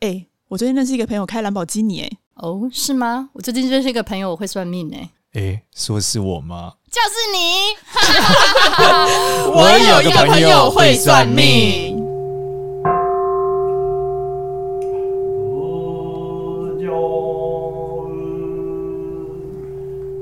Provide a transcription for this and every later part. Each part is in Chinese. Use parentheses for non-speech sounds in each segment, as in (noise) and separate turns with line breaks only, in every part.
哎、我最近认识一个朋友开兰博基尼、哎，
哦，是吗？我最近认识一个朋友，我会算命哎、
哎，说是我吗？
就是你。
我有一个朋友会算命。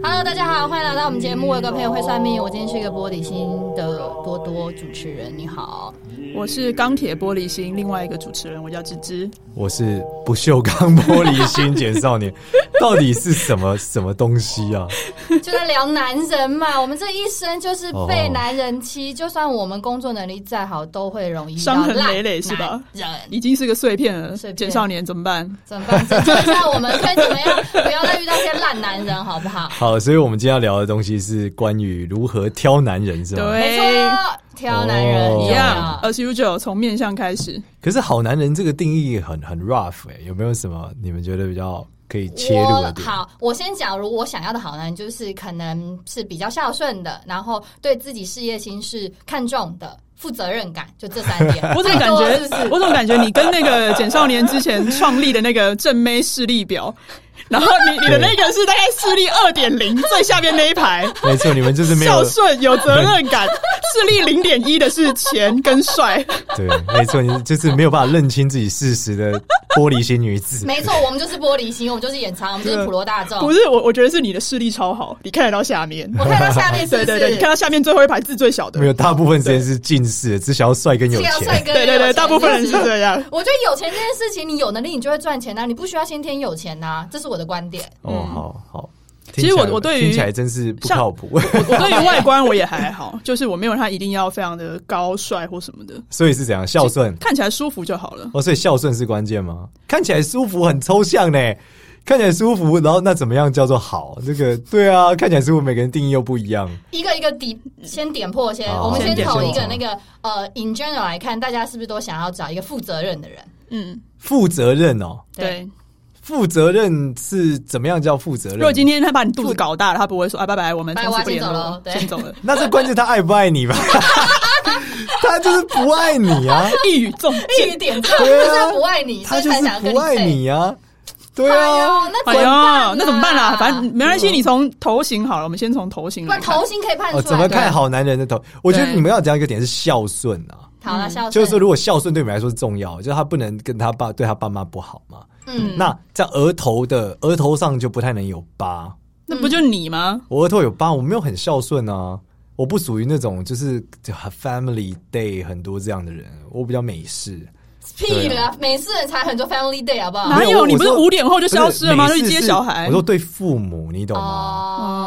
Hello，大家好，欢迎来到我们节目。我有个朋友会算命，我今天是一个玻璃心的多多主持人，你好。 (laughs)
我是钢铁玻璃心另外一个主持人，我叫芝芝。
我是不锈钢玻璃心简少年，到底是什么什么东西啊？
就在聊男人嘛，我们这一生就是被男人欺，就算我们工作能力再好，都会容易遇到
伤痕
烂
累累是吧
男人
已经是个碎片了，
碎片
简少年怎么办？
怎么办？这就是要我们可以怎么样？不要再遇到这些烂男人，好不好？
好，所以我们今天要聊的东西是关于如何挑男人，是吗？
没错，挑男人
哦
重
一样
要，
二十五九从面相开始，
可是好男人这个定义很很 rough 哎、有没有什么你们觉得比较可以切入的
我
点？
好，我先讲，如我想要的好男人，就是可能是比较孝顺的，然后对自己事业心是看重的，负责任感，就这三点
(laughs) 。我怎么
太
感
(laughs)
多了
觉
是不是？？
我怎么感觉你跟那个简少年之前创立的那个正妹势力表，然后你你的那个是大概势力二点零最下边那一排，
没错，你们 (laughs) 就是没有
孝顺有责任感，势力零点一的是钱跟帅，
对，没错，你就是没有办法认清自己事实的玻璃心女子。
没错，我们就是玻璃心，我们就是眼长，我们就是普罗大众。
不是我我觉得是你的视力超好，你看得到下面。
我看到下面是
(laughs)
不
对对
是？
对，你看到下面最后一排字最小的
没。有，大部分时间是近视的，只想要帅跟有
这个要帅
钱。
哥，
对对对，大部分人是
这样。
这样。
我觉得有钱这件事情，你有能力你就会赚钱呐、你不需要先天有钱呐、这是我的观点。
哦，好好。
其实我
听起来
我对于
听起来真是不靠谱，
我对于外观我也还好， (laughs) 就是我没有他一定要非常的高帅或什么的，
所以是怎样孝顺
看起来舒服就好了。
哦，所以孝顺是关键吗？看起来舒服很抽象呢，看起来舒服，然后那怎么样叫做好？这个对啊，看起来舒服，每个人定义又不一样。
一个一个点，先点破先，
好
我们先
先点
从
破
一个那个呃，in general 来看，大家是不是都想要找一个负责任的人？
嗯，
负责任哦，
对。
负责任是怎么样叫负责任？
如果今天他把你肚子搞大了，他不会说啊拜拜，我们从此不联
拜拜我要
络，
先走了
先走了。
那是关键，他爱不
(laughs)
爱你吧？他就是不爱你啊，
(laughs) 一语中
一
箭
语，点 (laughs) 破，就
对啊
是不爱你，
他
所
就
以才
是
想要跟
不爱
你
你啊，对
配。哎
啊。
呦，那
哎
怎么
呦
办、啊？，
那怎么办啦、反正没关系，你从头型好了，我们先从头型
不
来
然
看。
头型可以判出来。
哦，
啊
怎么看好男人的头？我觉得
对
你们要讲一个点是孝顺啊，
对？好了，孝顺
就是说，如果孝顺对你们来说是重要，就是他不能跟他爸对他爸妈不好嘛。
嗯，
那在额头的额头上就不太能有疤，
那不就你吗？
我额头有疤，我没有很孝顺啊，我不属于那种就是就 family day 很多这样的人，我比较美式。
屁
啊
了，每次人才很多 family day 好不哦好？
哪有
没我
你不是
我说
五点后就消失了吗
不是
就去接
美式是
小孩
我说对父母，你懂吗？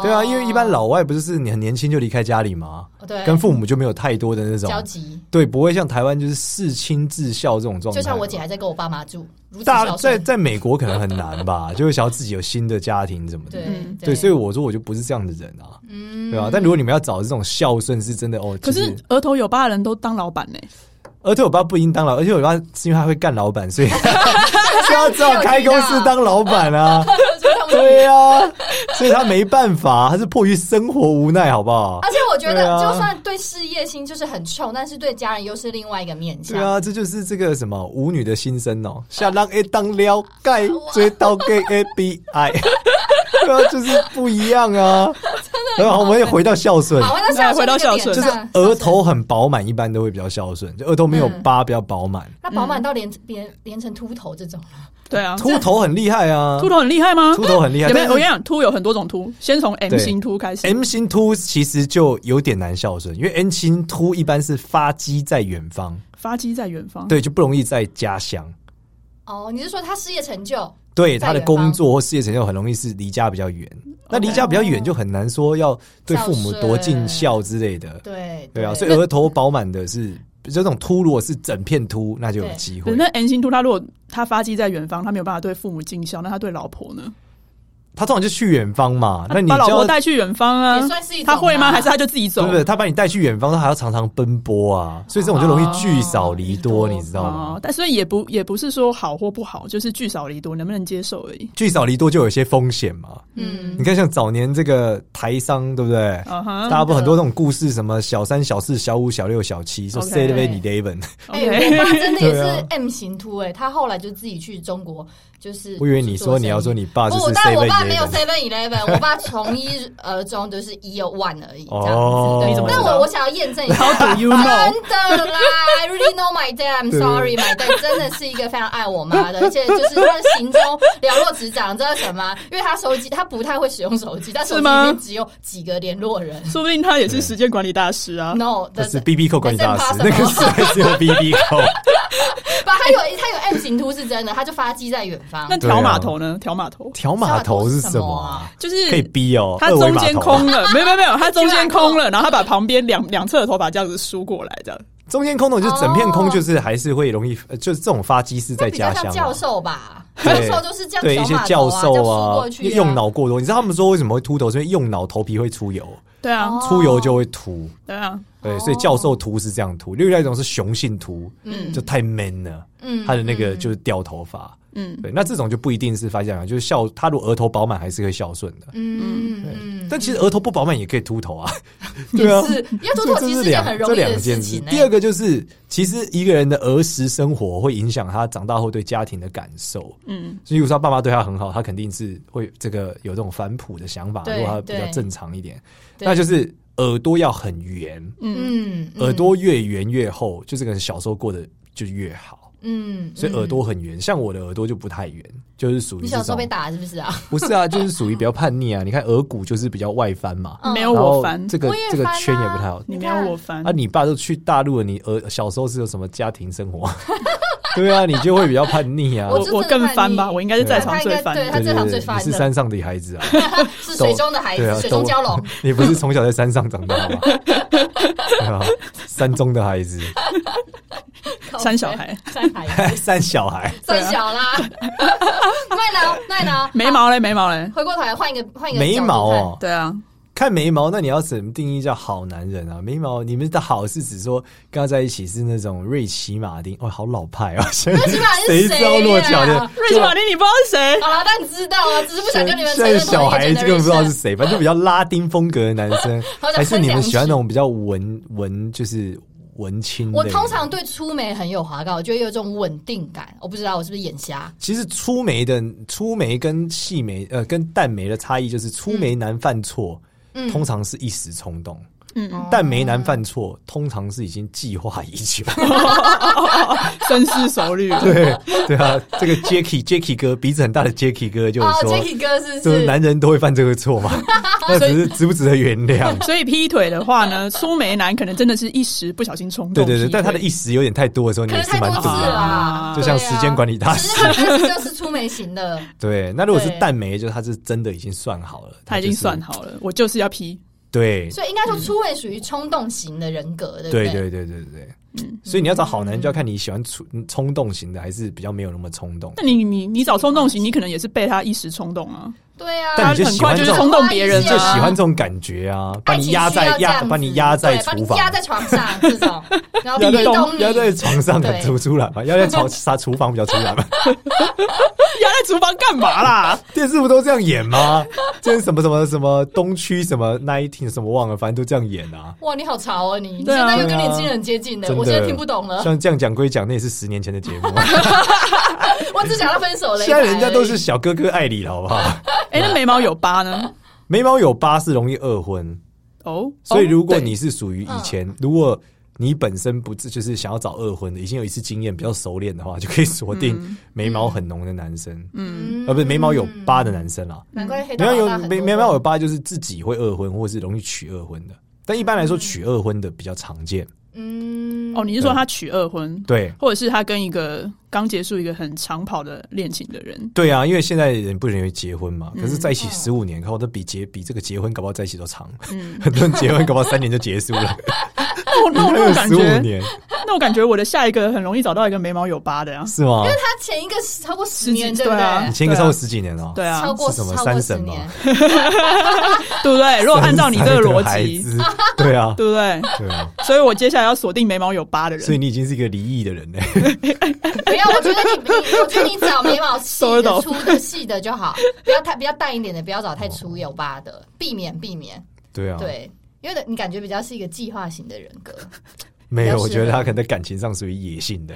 哦
对啊，因为一般老外不就是你很年轻就离开家里吗？
对
跟父母就没有太多的那种
交集，
对，不会像台湾就是事亲至孝这种状态。
就像我姐还在跟我爸妈住，如此
大
孝
在
顺。
在美国可能很难吧，就会想要自己有新的家庭什么的。
对
嗯对，所以我说我就不是这样的人啊，嗯，对啊。但如果你们要找这种孝顺，是真的哦。
可
就是
额头有疤的人都当老板呢、
而且我爸不应当老，而且我爸是因为他会干老板，所以 (laughs) 是要只好开公司当老板啊。 (laughs) 对啊，所以他没办法，他是迫于生活无奈，好不好？
而且我觉
对
得，
啊
就算对事业心就是很冲，但是对家人又是另外一个面
对
向。
啊，这就是这个什么舞女的心声哦，下浪 A 当了解，追到 gay A B I，对啊，就是不一样 (laughs) 啊。然后我们又回到孝顺，
好，那
哎
孝顺
回到孝顺
这
啊就
个
是
点
呃
上
额头很饱满，一般都会比较孝顺，就额头没有
嗯
疤比较饱满。
那饱满到连连连成秃头这种，
对啊，
秃头很厉害啊，
秃头很厉害吗？
秃头很厉害，
有没
但
有？
是
我跟你讲，秃有很多种秃，先从 M
对
型秃开始。
M 型秃其实就有点难孝顺，因为 M 型秃一般是发迹在远方，
发迹在远方，
对，就不容易在家乡。
哦，你是说他事业成就？
对
在
他的
远方
工作或事业成就很容易是离家比较远，那离家比较
哦
远就很难说要对父母多尽孝之类的。
对
对啊，所以额头饱满的是这种秃，如果是整片秃，那就有机
对
会。
那 N 型秃他如果他发迹在远方，他没有办法对父母尽孝，那他对老婆呢？
他通常就去远方嘛，啊那你
把老
就
婆
要
带去远方
也
啊？
算是一种
他会吗？
吧
还是他就自己
对
走？
不对？他把你带去远方，他还要常常奔波啊，所以这种就容易聚少离多，
哦
你知道吗？
哦，但所以也不也不是说好或不好，就是聚少离多，能不能接受而已。
聚少离多就有一些风险嘛。
嗯
你看，像早年这个台商，对不对？
啊
大
哈
家不很多那种故事，什么小三、小四、小五、小六、小七，说
OK
Seven
(laughs)
Eleven，
哎、我爸
，OK，
真的也
对
是
啊
M 型秃哎、他后来就自己去中国，就是
我以为你说你要说
你
你爸就是
不，但
Seven
哦我爸没有
Eleven，
Seven Eleven，我爸从一而终就是一 one 而已这样
哦
子。对
你怎么知
但
道
我我想要验证一下
How do you know？
真的啦，I really know my dad，I'm sorry my dad 真的是一个非常爱我妈的，而且就是他的行踪寥落指掌，知道什么？因为他手机他不太会使用手机，但手
是
机里
吗
面只有几个联络人。
说不定他也是时间管理大师啊。
No，
那是
that's-
B B 扣管理大师，
That's
那
impossible
个时
(laughs)
代只有 B B 扣。
不，他有他有 M 型秃是真的，他就发迹在远方
啊
那。条码头呢？条码头
条码头是什么啊？
就是
可以逼哦，
它
二维
中
码
间
头
空
(laughs)
了，没有没有没有，它中间空了，然后他把旁边两两侧的头发这样子梳过来，这样
哦
中间空洞就是整片空，就是还是会容易，呃就是这种发机是在
比较
家
像
乡
教
啊。
授吧，教
(laughs) 对
授就是这样
对一
走
些
码头
教
啊，
授
啊，
啊
过，去啊
用脑过多。你知道他们说为什么会秃头？是因为用脑头皮会出油，
对啊
哦
出油就会秃。
对啊，
对，
哦
所以教授秃是这样秃。另外一种是雄性秃，
嗯
就太 man 了，
嗯
他的那个就是掉头发。
嗯，
对，那这种就不一定是发际上，就是孝，他如果额头饱满还是会孝顺的。
嗯嗯
但其实额头不饱满也可以秃
(laughs)
头啊，对啊，
是，因为秃
这
头
(laughs) 这
其
是
实是件
两
很
这
容易
两
的事
件事
情、。欸。
第二个就是，其实一个人的儿时生活会影响他长大后对家庭的感受。
嗯，
所以，如果他爸妈对他很好，他肯定是会这个有这种反哺的想法。
对
如果他比较
对
正常一点，
对
那就是耳朵要很圆，
嗯，嗯
耳，朵越圆越厚，就这个人小时候过得就越好。
嗯，
所以耳
嗯。
朵很圆，像我的耳朵就不太圆，就是属于
你
这
小时候
种
被打是不是啊？
不是啊，就是属于比较叛
(laughs)
逆啊。你看耳骨就是比较外翻嘛，
嗯
没有
然
我
后
烦，
这个
我也
这个
翻啊
圈也不太好。
你
你
没
看
有我烦
啊，，你爸都去大陆了，你呃小时候是有什么家庭
(laughs)
生活？对啊，你就会比较叛逆啊。
我
我
就
我
真
更
的叛
翻吧，
逆
我应该是在场最翻
对
的
他
对
正常
对
最
对，
烦
你
的
是山上的孩子啊，
是水中的孩
对啊
子，，水中
懂
蛟
(laughs)
龙。。
你不是从小在山上长大吗？ (laughs) 对啊，山中的孩
(laughs)
子，
(laughs) 三小孩，
三小孩，
山小孩，
对啊
三小啦。 (laughs) 奈劳，奈劳，
眉毛嘞，眉毛嘞，
回过头来换一个，换一个
眉
角度
毛
看，
哦，
对啊，
看眉毛，那你要怎么定义叫好男人啊？眉毛，你们的好是指说跟他在一起是那种瑞奇马丁，哦，好老派
(laughs)
啊，瑞
奇马丁
谁
是谁呀啊
知道落脚的？
瑞奇马丁，你不知道是谁？
(laughs) 好了，但知道啊了，只是不想跟你们承
现在
认同一
小孩
个
根本不知道是
generation
谁，反正比较拉丁风格的男生
(laughs) 好，想
还是你们
喷
喜
两
欢
句
那种比较文文，就是文青类的。
我通常对粗眉很有滑感，我觉得有一种稳定感。我不知道我是不是眼瞎，
其实粗眉的粗眉跟细眉呃跟淡眉的差异就是粗眉男犯错，
嗯
通常是一时冲动。
嗯，
淡眉男犯错，通常是已经计划已
(laughs)
久。
深思熟虑，
对对啊，这个 Jacky Jacky 哥鼻子很大的 Jacky 哥就
哦
是说，
，Jacky 哥是
就是是男人都会犯这个
(laughs)
错嘛，那只是值不值得原谅。
所以劈腿的话呢，苏眉男可能真的是一时不小心冲
对
动，
对对，但他的。一时有点太多的时候，你
可
也
能
是
太
蛮
多啊
堵
次了
的。
啊
啦，
就像时间管
理，
理大师。
就是粗眉型
(laughs)
的，
对，那如果是
啊对
淡眉，就是他是真的已经算好了，
他已
就
经
是
算好了，我就是要劈。
对，
所以应该说粗眉属于冲动型的人格，对不
对
对？嗯
对对对对。所以你要找好男人，就要看你喜欢冲冲动型的，还是比较没有那么冲动
那。你你你找冲动型，你可能也是被他一时冲动啊。
对
但
他
啊
你，就
很
喜欢
快
这
就
种
是冲动别人
就
对啊
喜欢这种感觉啊，把
爱
你
情
压
需要
在
这
压，
样
把你
子
压在
对把
厨
你
房，
压在床上这种，然后
压在
壁咚你，
压在床上很
对
出出来嘛，压
(laughs)
在床啥厨房比较出来嘛？
压在厨房干嘛
(laughs)
啦？
电视不都这样演吗？这是什么什么什么东区什么 nineteen 什么忘了，反正都这样演啊。
哇，你好潮哦，你你
对
现
啊
在又跟年轻人接近
真
了，
的
我现在听不懂了，
(laughs) 像这样讲归讲，那也是十年前的节目，
我只想要分手了。
(laughs) 现在人家都是小哥哥爱你了，好不好？
哎、那眉毛有疤呢？
眉毛有疤是容易二婚，
哦，
所以如果
哦
你是属于以
嗯
前，如果你本身不是就是想要找二婚的，已经有一次经验比较熟练的话，就可以锁定眉毛很浓的男生，
嗯
呃，不是眉毛有疤的男生啦。
难怪黑
没
道
有
老大
有
很
没
多
没有有疤，就是自己会二婚，或是容易娶二婚的。但一般来说，娶二婚的比较常见。
对
嗯
哦，你是说他娶二婚，
对
或者是他跟一个刚结束一个很长跑的恋情的人？
对啊，因为现在人不容易结婚嘛，可是在一起
嗯
十五年 (laughs) 后，那比结比这个结婚搞不好在一起都长。
嗯，
(laughs)
很多人结婚搞不好三年就结束了。
哦我 (laughs) 那我那我感
十五
觉，
年
那我感觉我的下一个很容易找到一个眉毛有疤的呀、
是吗？
他前一个十超过十
十几
年，对不
对啊
你签个超过十几年哦，
对啊
超，过
是什么
超过
三
十
神吗
年，
对不对？如果按照你这个逻
孩 (laughs)
辑，
子，对啊，
对不对？
对啊，
所以我接下来要锁定眉毛有疤的
所以
人。
你已经是一个离异的人 (laughs) 嘞。
不要，我觉得你，你我觉得你找眉毛细
Sort
的、
of
粗的、细的就
(laughs)
好，不要太比较淡一点的，不要找太粗有疤
哦
的，避免避免。
对啊，
对，因为你感觉比较是一个计划型的人格，
没有，
比较
我觉
适
得
合
他可能在感情上属于野性的，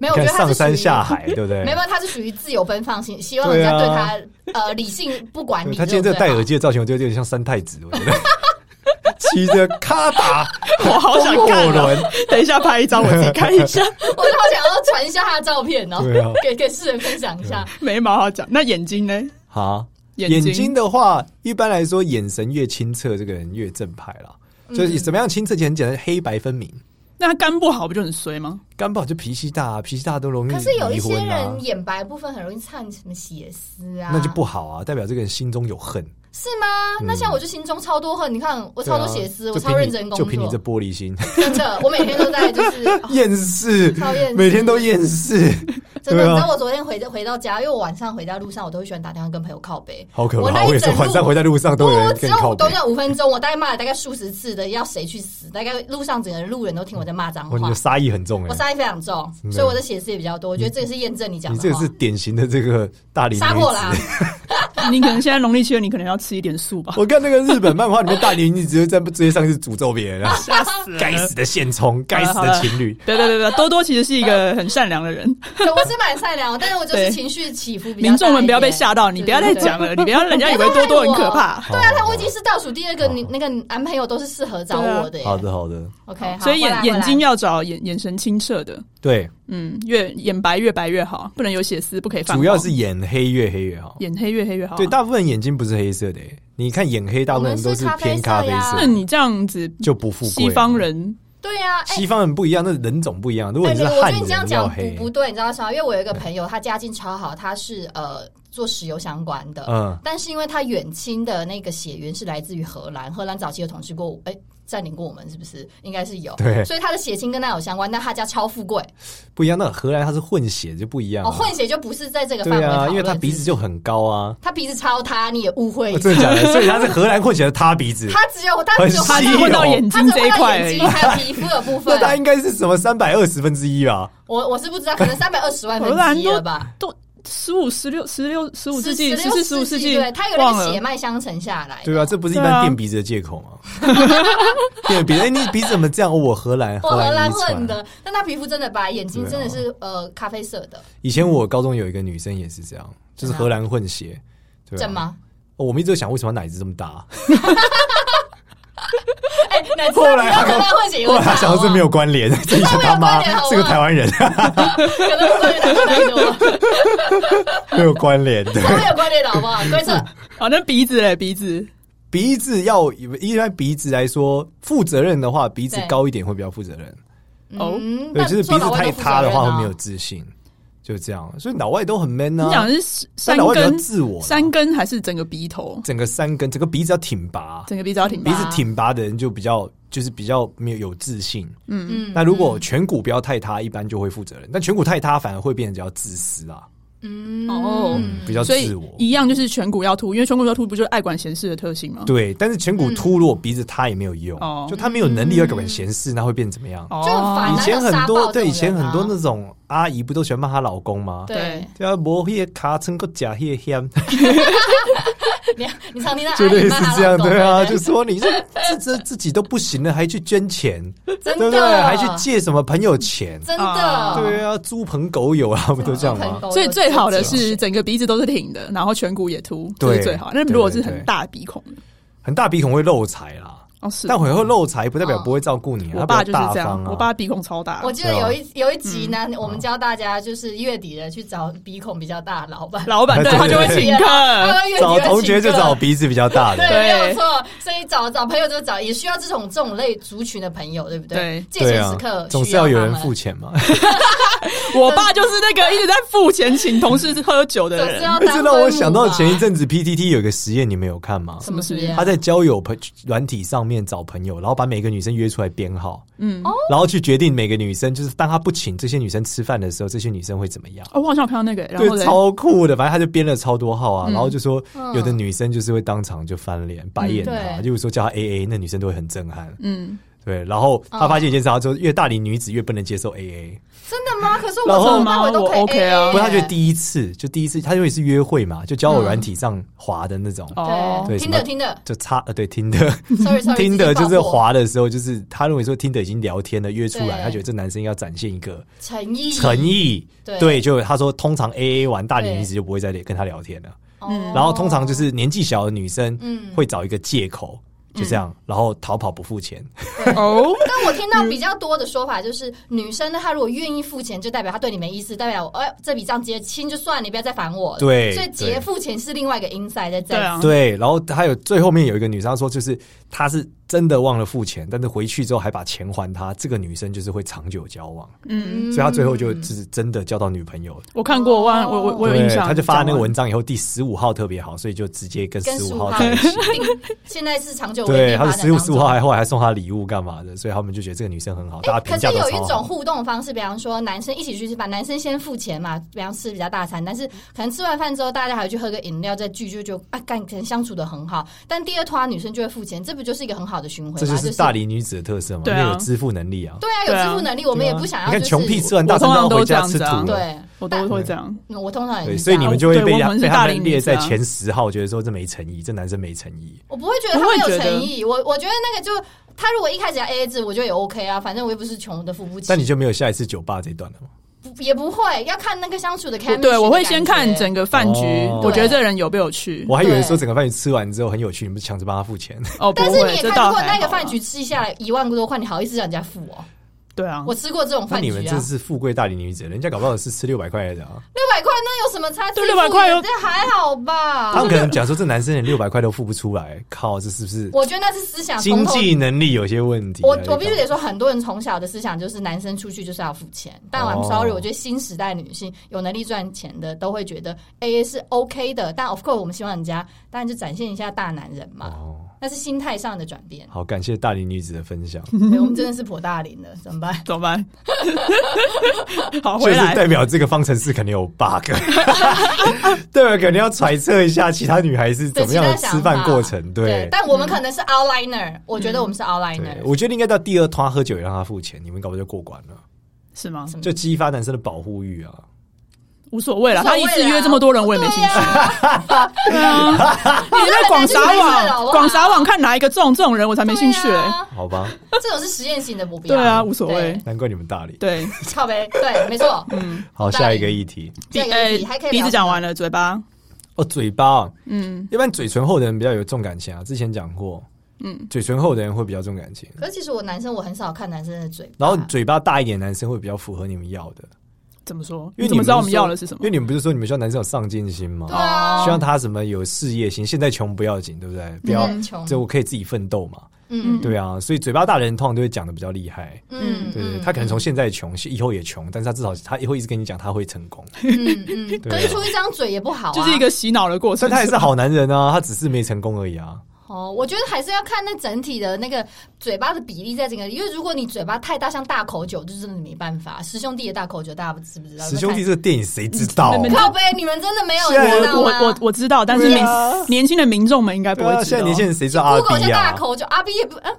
没有，我
(laughs)
觉
你看
得他
上
是属
山
于 (laughs)
下海，欸对不对？
没有，他是属于自由奔放型，希望人家对他呃理性不管
啊对
你。
他今天这个戴耳机的造型，我觉得有点像三太子，我
(laughs)
觉得 (laughs) 骑着卡达，
(laughs) 我好想看
风火轮
哦，
(laughs)
等一下拍一张我自己看一下。
对 (laughs) 吧，我就好想要传一下他的照片哦，
对啊
给 (laughs) 给世人分享一下。
眉毛好讲，那眼睛呢？
啊，
眼睛
的话，一般来说眼神越清澈，这个人越正派啦。
嗯
就是怎么样清澈，其实很简单，黑白分明。
那他肝不好不就很衰吗？
干不好就脾气大、啊，脾气大都容易
可是有一
离
些
婚啊
人，眼白部分很容易唱什么血丝啊，
那就不好啊，代表这个人心中有恨。
是吗？那像我就心中超多恨，你看我超多血丝，
对啊
我超认真工
就
作，
凭你就凭你这玻璃心，
(laughs)
(laughs)
真的，我每天都在就是。哦
厌世
超厌世，
每天都厌
(laughs)
世，
真的，
对啊
你知道我昨天回回到家，因为我晚上回家路上，我都会喜欢打电话跟朋友靠背。
(laughs) 好可
我
怕！
那
我
一
也是
整路
晚上回在路上都有
我
人
只
跟你
有
靠
五
背
短，短五分钟，我大概骂了大概数十次的，要谁去死？大概路上整个路人都听我在骂脏
哦我你
话
的，杀意很重
我
哎，
杀意非常重，
真的
所以我的血丝也比较多。我觉得这个是验证你讲
你
的
这个
话
是。典型的这个大龄
杀
女
破狼
子。，
你可能现在农历七月，你可能要吃一点素吧。
我看那个日本漫画里面，大龄女子就在直接上去诅咒别
(laughs)
人啊，
(laughs) 吓死人
(laughs) 该死的现充，该死的情侣。
对对对对，多多其实是一个很善良的人，
(laughs) 对我是蛮善良的，但是我就是
对
情绪起伏比较大一点。
民众们不要被吓到，你不要再
对对对
讲了，你不要让人家以
(laughs)
为多多很可怕。
对啊，他我已经是倒数第二个，你那个男朋友都是适合找我的耶。
好的，好的，
，OK，好
啊所以
回来
眼
回来
眼睛要找眼眼神清澈的，
对，
嗯，越眼白越白越好，不能有血丝，不可以泛黄。
主要是眼黑越黑越好。
眼黑越黑
哦
越好。
对，大部分眼睛不是黑色的欸，你看眼黑，大部分人都是偏咖啡
我们是咖啡色
那
呀
色，
你这样子，
就不富贵。哦啊
西方，人
对呀，哎
西方人不一样，那人种不一样。如果
哎，
你是
我觉
汉
得你这样
人，要
讲
黑
不，不对，你知道为什么？因为我有一个朋友，他家境超好，他是呃做石油相关的，
嗯
但是因为他远亲的那个血缘是来自于荷兰，荷兰早期有统治过，哎、占领过我们是不是？应该是有，
对
所以他的血亲跟他有相关，但他家超富贵，
不一样。那荷兰它是混血就不一样啊。
哦，混血就不是在这个范围
对
讨
啊，
论
因为他鼻子就很高啊。
他鼻子超塌，你也误会
我，真的假的？所以他是荷兰混血的塌鼻子。
他只有他
很
只有
他
稀
只
有
混到眼
他
睛
只
这一
有
块
看到
而
眼
已
睛。还有皮肤的部
(laughs) 那
分，
他应该是什么三百二十分之
哎
一吧？
我我是不知道，可能三百二十万
荷兰
分之一
都
了吧。
都十五、十六、十六、十五世纪、
十
十
六
四、十五
世
世纪，
对，他有那
忘
个
了
血脉相承下来。
对啊，这不是一
对
般
啊
垫鼻子的借口吗？ (laughs) 垫鼻子，哎，你鼻子怎么这样？哦我荷兰，
我荷兰
遗传啊
混。的，但他皮肤真的白，眼睛真的是、呃咖啡色的，
以前我高中有一个女生也是这样，就是荷兰混血，对啊
正？吗？
哦我们一直在想为什么奶子这么大，
(laughs) 哎、哪知道
后来
你知道荷
他
兰混血有
后来
差
他 (laughs) 想到这没有关联，自己想他
(laughs)
妈
没有关联好不好
是个台湾人， (laughs)
可能是关于他太多，
没有关联。对，
稍微有关联的好不好？规则
啊，那鼻子嘞，鼻子
鼻子要一般鼻子来说，负责任的话，鼻子
对
高一点会比较负责任。
(laughs) 哦
嗯，
对，就是鼻子太
啊
塌的话会没有
有。
自信，就这样。所以脑外都很 man
你
啊
讲，的是
但
三
脑外比较
根，
自我啦，啊
三根还是整个鼻头？
整个三根，整个鼻子要挺拔，
整个鼻子要挺
鼻
拔。
子挺拔的人就比较就是比较没有有自信。
嗯
那如果颧骨不要太塌，一般就会负责任。但颧骨太塌反而会变得比较自私啊，
嗯
哦
嗯，比较
所以
自我。
一样就是颧骨要凸，因为颧骨要凸不就是爱管闲事的特性吗？
对，但是颧骨凸，如果鼻子塌也没有用，
嗯哦
就他没有能力要管闲事，那会变怎么样？
哦，
就很烦啊
以前很
那
多
个沙暴这种人啊
对以前很多那种阿姨不都喜欢骂她老公吗？
对，
对啊，磨黑卡撑个假
(laughs)
黑香，
你你常听
(laughs)
到
就
哎阿姨
类
骂她
似这样，
老公
对啊，就
对
说你这自责自己都不行了，还去捐钱，对
真
不
的
对？还去借什么朋友钱？
真的
啊
对啊，猪朋狗友啊，不都这样
猪朋
吗
狗？友
哦所以最好的是整个鼻子都是挺的，然后颧骨也凸，这
对
是最好。那
对
如果是
对对
很大鼻孔的，
很大鼻孔会漏财啦，
哦是。
但很会漏财不代表不会照顾你啊，
我
他
爸
比
就
较
是
大
这
方
样，
啊。
我爸鼻孔超大。
我记得有一有一集呢，
嗯
我们教大家就是月底了去找鼻孔比较大的老板，
老板对
对
他就会
对
请客，
(laughs) 他会月底
找
会
同学就
请客
找鼻子比较大的，
对，
对
没有错。所以找找朋友就找，也需要这种这种类族群的朋友，对不对
对？
(laughs) 借
对
钱
啊
时刻，
总是要有人付，钱嘛。
我爸就是那个一直在付钱请同事喝酒的
总是
人。
要
哎 (laughs) 这让我想到前一
阵
阵子 PTT 有个实验，你们有看吗？
什么实
什么实验
验？
他在交友朋软体上面找朋友，然后把每个女生约出来编号，嗯，
哦
哦
然后去决定每个女生，就是当他不请这些女生吃饭的时候，这些女生会怎么样。
哦，我好像有看到那个，然后
对，
嘞，嗯
超酷的，反正他就编了超多号啊，然后就说有的女生就是会当场就翻脸、白眼他，
对
就是说叫他 A A，那女生都会很震撼，
嗯，
对。然后他发现一件事，他说越大龄女子越不能接受 A A，
真的吗？可是
然
我
后
从头到尾都可以
我 OK 啊
AA 耶
不过他觉得第一次就第一次，他因为是约会嘛，就交友软体上滑的那种，
嗯哦，
对
对，
什
听
么
的听的
就差呃对听的。
，sorry sorry，
(laughs) 听的就是
滑
滑的时候，就是他认为说听的已经聊天了，约出来，
对
他觉得这男生要展现一个
诚意
诚意，
对
就他说通常 A A 完大龄
对
女子就不会再跟他聊天了，
哦
嗯
然后通常就是年纪小的女生，
嗯
会找一个借口。就这样，然后逃跑不付钱，
哦，
但我听到比较多的说法就是，女生呢，她如果愿意付钱，就代表她对你没意思，代表我哎这笔账结清就算，你不要再烦我了。
对
所以结付钱是另外一个 inside 在这。
对啊，
对。然后还有最后面有一个女生她说，就是她是真的忘了付钱，但是回去之后还把钱还她，这个女生就是会长久交往，
嗯，
嗯
所以她最后就就是真的交到女朋友了。
我看过，我好像我我我有印
对
象，
她就发了那个
讲完
文章以后，第十五号特别好，所以就直接跟
跟
十
十
五
五
号
号
在一起。
现在是长久稳
对，
定
他
发
是
展
十五
当
十五
中
号。还后来还送他礼物干嘛的，所以他们就觉得这个女生很好，大家评
哎可是
价都
有
超
一种
好。
互动方式，比方说男生一起去吃饭，男生先付钱嘛，比方吃比较大餐，但是可能吃完饭之后，大家还会去喝个饮料，再聚就就啊，干可能相处的很好。但第二拖女生就会付钱，这不就是一个很好的循环吗？
这就
就是
大龄女子的特色嘛，因
对啊
为有支付能力啊。
对啊，有支付能力，我们也不想要、
你
就是。
看穷屁吃完大餐
我通常
都要回家
都
吃
这样
土
子啊
了，
对，
我都会这样，
嗯我通常也
对，
是
所以
这
你
样
们就会
对
被
我
他
们是
被他
大龄
们
女
列在
子啊
前十号，觉得说这没诚意，这男生没诚意。
我不会觉得他
我会
没有
觉得
诚意，我我觉得那个就他如果一开始要 AA 制，我觉得也 OK 啊，反正我又不是穷的付不起，
但你就没有下一次酒吧这一段了吗？
不也不会要看那个相处的 chemistry
我
的感觉。
对，我会先看整个饭局
哦，
我觉得这人有没有趣，
我还以为
对
说整个饭局吃完之后很有趣，你们抢着帮他付钱。 (laughs)
哦，不
但是你
会，
也
这
看，
倒
如果
还
那个
好啊
饭局吃下来一万多块，你好意思让人家付哦？
对啊，
我吃过这种
那
饭
你
局
们
啊
这，是富贵大龄女子，人家搞不好是吃六百块的啊。
六百块那有什么差？
对
自己付
600块
的
哦
这还好
他
吧？
们可能讲说这男生连六百块都付不出来，靠，这是不是
我觉得那是思想
经
从头
济能力有些问题啊？
我
这
我
个
必须得说，很多人从小的思想就是男生出去就是要付钱，但
哦
I'm sorry，、我觉得新时代女性有能力赚钱的都会觉得 AA 是 OK 的，但 of course 我们希望人家当然就展现一下大男人嘛，
哦。
那是心态上的转
(laughs)。
变
好，感谢大龄女子的
(laughs)
分享，
对我们真的是颇大龄的，怎么办？
怎么
(laughs)
办？好，
就
回
是
来。
代表这个方程式肯定有
(laughs)
bug，代表肯定要揣测一下其他女孩是怎么样的
对其他
吃
想法
饭过程。
对
对，，嗯
但我们可能是 outliner，、我觉得我们是 outliner
对，。我觉得应该到第二团喝酒也让她付钱，你们搞不好就过关了，
是吗？
什么
就激发男生的保护欲啊。
无所谓啦，
无所
他
谓
一
啦
次约这么多人，我也没兴趣。对啊，
(laughs)
你在广撒
你真的太自私了好不
网，
好
广撒网看哪一个中，这种人我才没兴趣
对
嘞。
啊
好吧，
这种是实验型的，我不要。
对啊，，无所谓。
难怪你们大龄。
对，
靠呗，对，没
(laughs)
错。
好，
大龄
下一个议题
这个
呃
题还可以聊
鼻子
什
讲
么
完了，嘴巴，
哦，嘴巴啊，
嗯，
一般嘴唇厚的人比较有重感情啊，之前讲过，嗯，嘴唇厚的人会比较重感情，
可是其实我男生我很少看男生的嘴巴，
然后嘴巴大一点的男生会比较符合你们要的，
怎么说？
因为
怎么
你们
知道我们
说
要的是什
因
么？
为你们不是说你们需要男生有上进心吗？
对啊，
哦希望他什么有事业心，现在穷不要紧，对不对？不
真的
要，
很穷，
就我可以自己奋斗嘛，
嗯
对啊。所以嘴巴大的人通常都会讲的比较厉害，
嗯，
对对，
嗯
他可能从现在穷，以后也穷，但是他至少他以后一直跟你讲他会成功，
嗯嗯，
(laughs) 对啊
可是出一张嘴也不好啊，
就是一个洗脑的过
所
程。
以他也是好男人啊，他只是没成功而已啊。
哦，我觉得还是要看那整体的那个嘴巴的比例在整个，因为如果你嘴巴太大，像大口酒，就真的没办法。师兄弟的大口酒，大家不知不知道？
十兄弟这个电影谁知道？啊
没没
靠背，你们真的没有
是啊
知道
我
吗？
我我知道，但是
对
民
啊
年轻的民众们应该不
对
会
啊，
知
现在
道。
年轻人谁知道阿
Google 一
比
下大
啊？
口酒，阿 B 也不，嗯，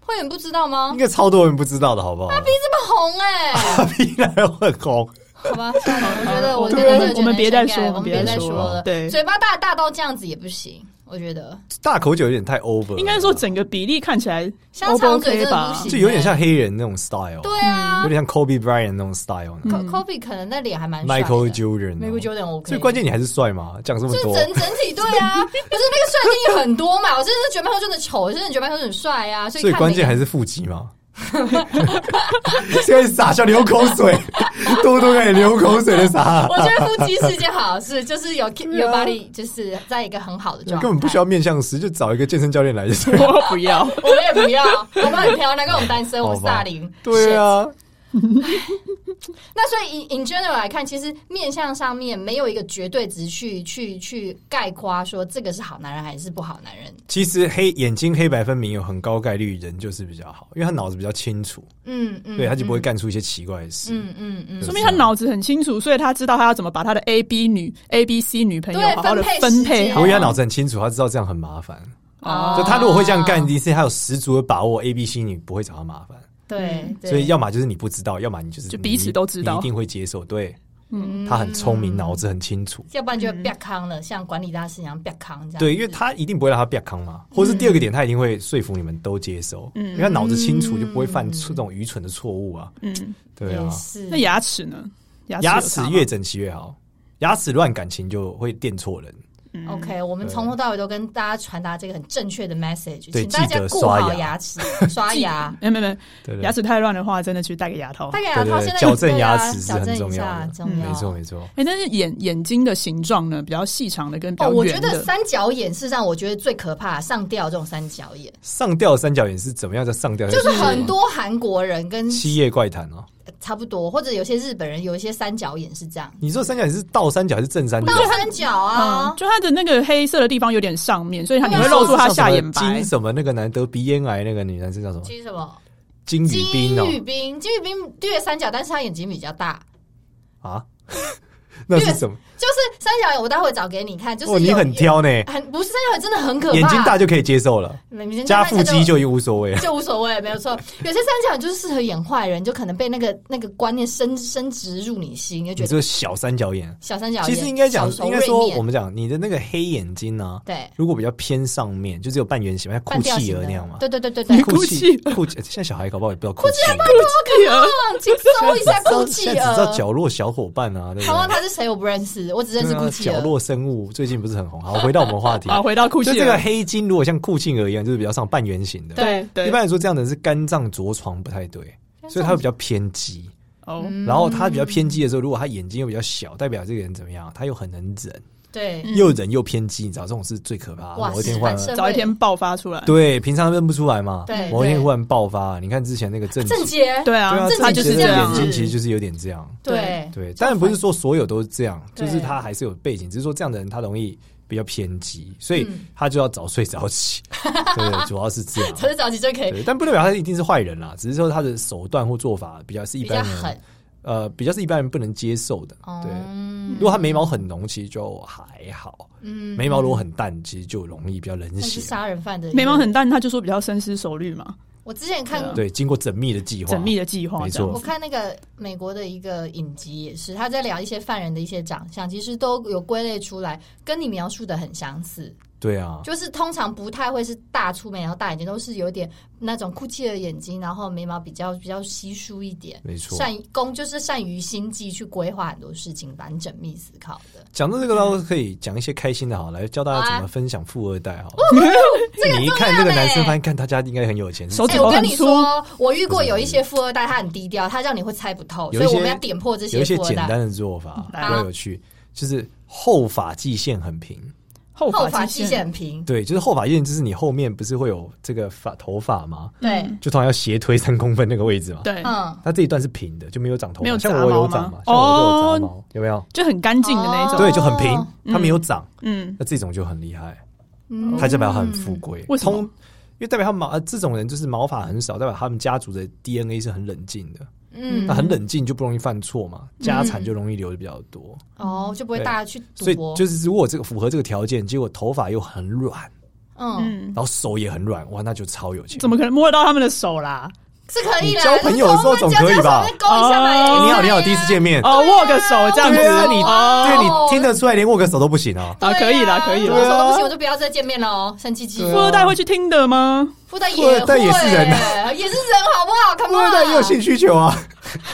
会很不知道吗
应？该超多人不知道的好不好？
这么红哎，
阿比来很红，
(laughs) 好吧，算了，我觉得我
我
真的
我
觉
们
得
我们别再说
我
我
们
们
别
别
再
再
说
说
了。
对
嘴巴大大到这样子也不行，我觉得
大口酒有点太 over，了
应该说整个比例看起来
香肠
OK
嘴真的不
吧
行，？
就有点像黑人那种 style，
对啊
有点像 Kobe Bryant 那种 style 呢。
，Co- Kobe 可能那脸还嗯蛮帅的
Michael Jordan，啊
Michael Jordan OK，
所以关键你还是帅嘛，讲这么
就是
多，
整整体对
(laughs)
啊，不是那个帅的定义很多嘛，我真的是觉得 Michael Jordan 丑，我真的觉得 Michael Jordan 帅啊，所以
所以
看
关键还
每个
是腹肌嘛。 (laughs) 现在傻笑流口
(laughs)
水，多多开始流口水的傻，
我觉得腹肌是一件好事，就是有有 body，就是在一个很好的状态，
根本不需要面向师，就找一个健身教练来就行。
(laughs) 我不要。
我们也不要，我们很挑，难怪我们单身，我们是大龄。
(laughs) 对
Shit。
啊，
那所以 in in general 来看，其实面相上面没有一个绝对值去去去概括说这个是好男人还是不好男人。
其实黑眼睛黑白分明，有很高概率人就是比较好，因为他脑子比较清楚，
嗯嗯，
对他就不会干出一些奇怪的事。
嗯嗯嗯，
对
说明他脑子很清楚，所以他知道他要怎么把他的 A B 女、A B C 女朋友
对
好好的
分配
分
时
配
间啊
好
不。过因为他脑子很清楚，他知道这样很麻烦。
哦
就他如果会这样干，一定是他有十足的把握，A、B、C 你不会找他麻烦。
对，对
所以要么就是你不知道，要么你就是
就
你
彼此都知道
你一定会接受。对
嗯
他很聪明，脑子很清楚。
要不然就会瘪康了，像管理大师一样瘪康这样。
对，因为他一定不会让他变康嘛，或是第二个点，他一定会说服你们都接受，
嗯
因为他脑子清楚，就不会犯出这种愚蠢的错误啊。
嗯，
对啊
也，是。
那牙齿呢？
牙
牙齿
齿
有差吗
越整齐越好，牙齿乱感情就会电错人。
嗯 OK，我们从头到尾都跟大家传达这个很正确的 message，
对
请大
记
家
得
顾
刷
好
牙
牙齿、刷
(laughs)
牙。
没有没有没
对
有，
对
牙齿太乱的话，真的去戴个牙套。
大概牙
对
套
对
现在
对，矫正
对
牙
啊
齿是
矫
很
正
重
一
要
下
的，
重要。
没错没错。
哎、但是眼眼睛的形状呢，比较细长的跟比
哦，
较
我觉
圆的，
得三角眼是让我觉得最可怕，上吊这种三角眼，
上吊三角眼是怎么样叫上吊？
就是很多韩国人跟
七夜怪谈哦。
差不多，或者有些日本人有一些三角眼是这样，
你说三角眼是倒三角还是正三角
倒？三角啊
嗯，，就它的那个黑色的地方有点上面，所以它你
对啊
会露出它下眼
像什么
白
金。什么那个男得鼻咽癌那个女男生叫什么？
金什么？
金宇
金
彬哦
宇彬，金宇彬略三角，但是他眼睛比较大，
啊， (laughs) 那是什么？
就是三角眼，我待会找给你看，就是
哦，你
有
很，挑呢，
有很不是三角眼真的很可怕，
眼睛大，就可以接受了，
眼睛
加
大
腹肌就无所谓了。
就无所谓，没有错。有些三角眼就是适合演坏人，就可能被那个那个观念深深植入你心，就觉
你
得
说小三角眼，
小三角眼，
其实应该讲
小，手
应该
锐
说
面
我们讲你的那个黑眼睛呢，
对
如果比较偏上面，就只有半圆形，像
半
哭
吊
泣
型
儿
的
那样嘛。
对对对对对，
哭泣
哭泣，现在小孩搞不好也不知道哭泣儿。
对 (laughs) 啊，，
(laughs)
去搜一下哭泣
现在只知道
儿。
角落小伙伴啊，对不
好像？
对
他是谁我不认识，我只认识
对啊
顾气
角
儿。
落生物最近不是很红。好，回到我们话
(laughs)
题
好，回到哭泣
就
了。
这个黑金，如果像酷庆儿一样，就是比较上半圆形的。
对对，
一般来说，这样的是肝脏着床不太对，所以它会比较偏激。
哦，
然后他比较偏激的时候，如果他眼睛又比较小，代表这个人怎么样？他又很能忍，
对，
嗯
又忍又偏激，你知道这种是最可怕的。
哇
某一天忽然
是，反社
早一天爆发出来。
对，平常认不出来嘛
对，
某一天
对
忽然爆发。你看之前那个郑
郑杰，
对
对
啊
啊，，
郑
他
郑
就
杰
是
的
这样
眼。睛其实就是有点这样。
对
对，
就
当然不是
反
说所有都是这样，就
对
是他还是有背景，只是说这样的人他容易比较偏激，所以
嗯
他就要早睡早
(laughs)
起。对，主要是这样。
早就早起就可以，
对，但不代表他一定是坏人啦，只是说他的手段或做法比较是一
比较
般人
狠。
呃，比较是一般人不能接受的。对，
嗯
如果他眉毛很浓，其实就还好；
嗯
眉毛如果很淡，其实就容易比较冷
那是
血。
杀人犯的
眉毛。很淡，他就说比较深思熟虑嘛，
我之前看，
对，啊经过缜密的计划，
缜密的计划
啊没
这样。
我
错，
看那个美国的一个影集也是，他在聊一些犯人的一些长相，其实都有归类出来，跟你描述的很相似。
对啊，
就是通常不太会是大粗眉，然后大眼睛，都是有点那种哭泣的眼睛，然后眉毛比较比较稀疏一点。
没错。
善工就是善于心计去规划很多事情，蛮缜密思考的。
讲到这个，倒是可以讲一些开心的，好，来教大家怎么分享富二代哈。
哦
(laughs) 你一看这个男生，发现看他家应该很有钱，
手指
哎、
头
我跟
很
你
粗，
说，我遇过有一些富二代，他很低调，他让你会猜不透，所
有一
以
些
我们要点破这
有一些
富二
简
代。
单的做法，比
来啊
较有趣，就是后发际线很平。
后
后
发
发
际
际
线
线平，
对，就是后发际线，就是你后面不是会有这个发头发吗？
对，
就通常要斜推三公分那个位置嘛。
嗯对，
嗯，
它这一段是平的，就没有长头发，
没有
像
杂
我有
毛
长
吗
嘛，像我就有
哦
杂毛，有没有？
就很干净的那一种。
哦
对，就很平，它没有长，
嗯，
那这种就很厉害，
嗯
它代表他很富贵。
为什么
通因为代表他毛，呃这种人就是毛发很少，代表他们家族的 DNA 是很冷静的。
嗯
那很冷静就不容易犯错嘛，
嗯
家产就容易留的比较多。
哦，就不会大家去
所
赌
以
博，
就是如果这个符合这个条件，结果头发又很软，
嗯，
嗯，
然后手也很软，哇，那就超有钱。
怎么可能摸得到他们的手啦？
是可以啦。
你交朋友的时候总可
(laughs)
以吧
就是勾一下嘛
哦
哎你好，你好，第一次见面，
哦，握个手这样子，
对啊你
哦
对你听得出来，连握个手都不行啊。
啊，可以啦，可以
我
啦。啊
说不行，我就不要再见面了哦，生气气
对。啊
富二代会去听的吗？
富代
富二代也
也
是人
会，也是人，好不好？
富二代也有性需求啊。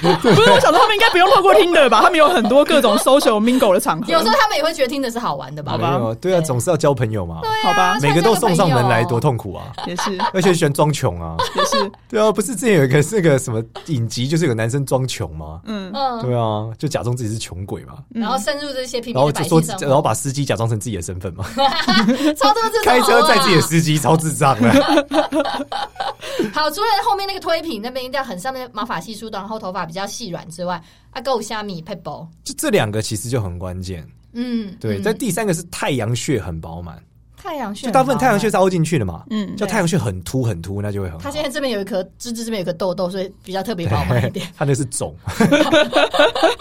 不是，我想说他们应该不用透过听的吧？他们有很多各种 social mingle 的场合，
有时候他们也会觉得听的是好玩的吧？
吧
没有，对啊，
对
总是要交朋友嘛，
好吧
对啊
每个都送上门来，多痛苦啊！
也是
而且喜欢装穷啊，
也是，
对啊，不是之前有一个那个什么影集，就是有个男生装穷吗？
嗯，
嗯，
对啊，就假装自己是穷鬼嘛，
然后深入这些平
然
民
后
的
就
百
说
姓，生
然后
活，
把司机假装成自己的身
(laughs)
份嘛， (laughs)
超多这种
开车载自己的
好啊
司机，超智障的。
哦好，除了后面那个推品那边一定要很上面毛发稀疏的，然后头发比较细软之外，啊，够虾米 p e b l
就这两个其实就很关键。
嗯，
对，
嗯
在第三个是太阳穴很饱满，
太阳穴
就
很高啊，
大部分太阳穴是凹进去的嘛，
嗯
就太阳穴很凸很凸，那就会很好
他。现在这边有一颗芝芝，这边有一颗痘痘，所以比较特别饱满一点。
(laughs) 它那是肿，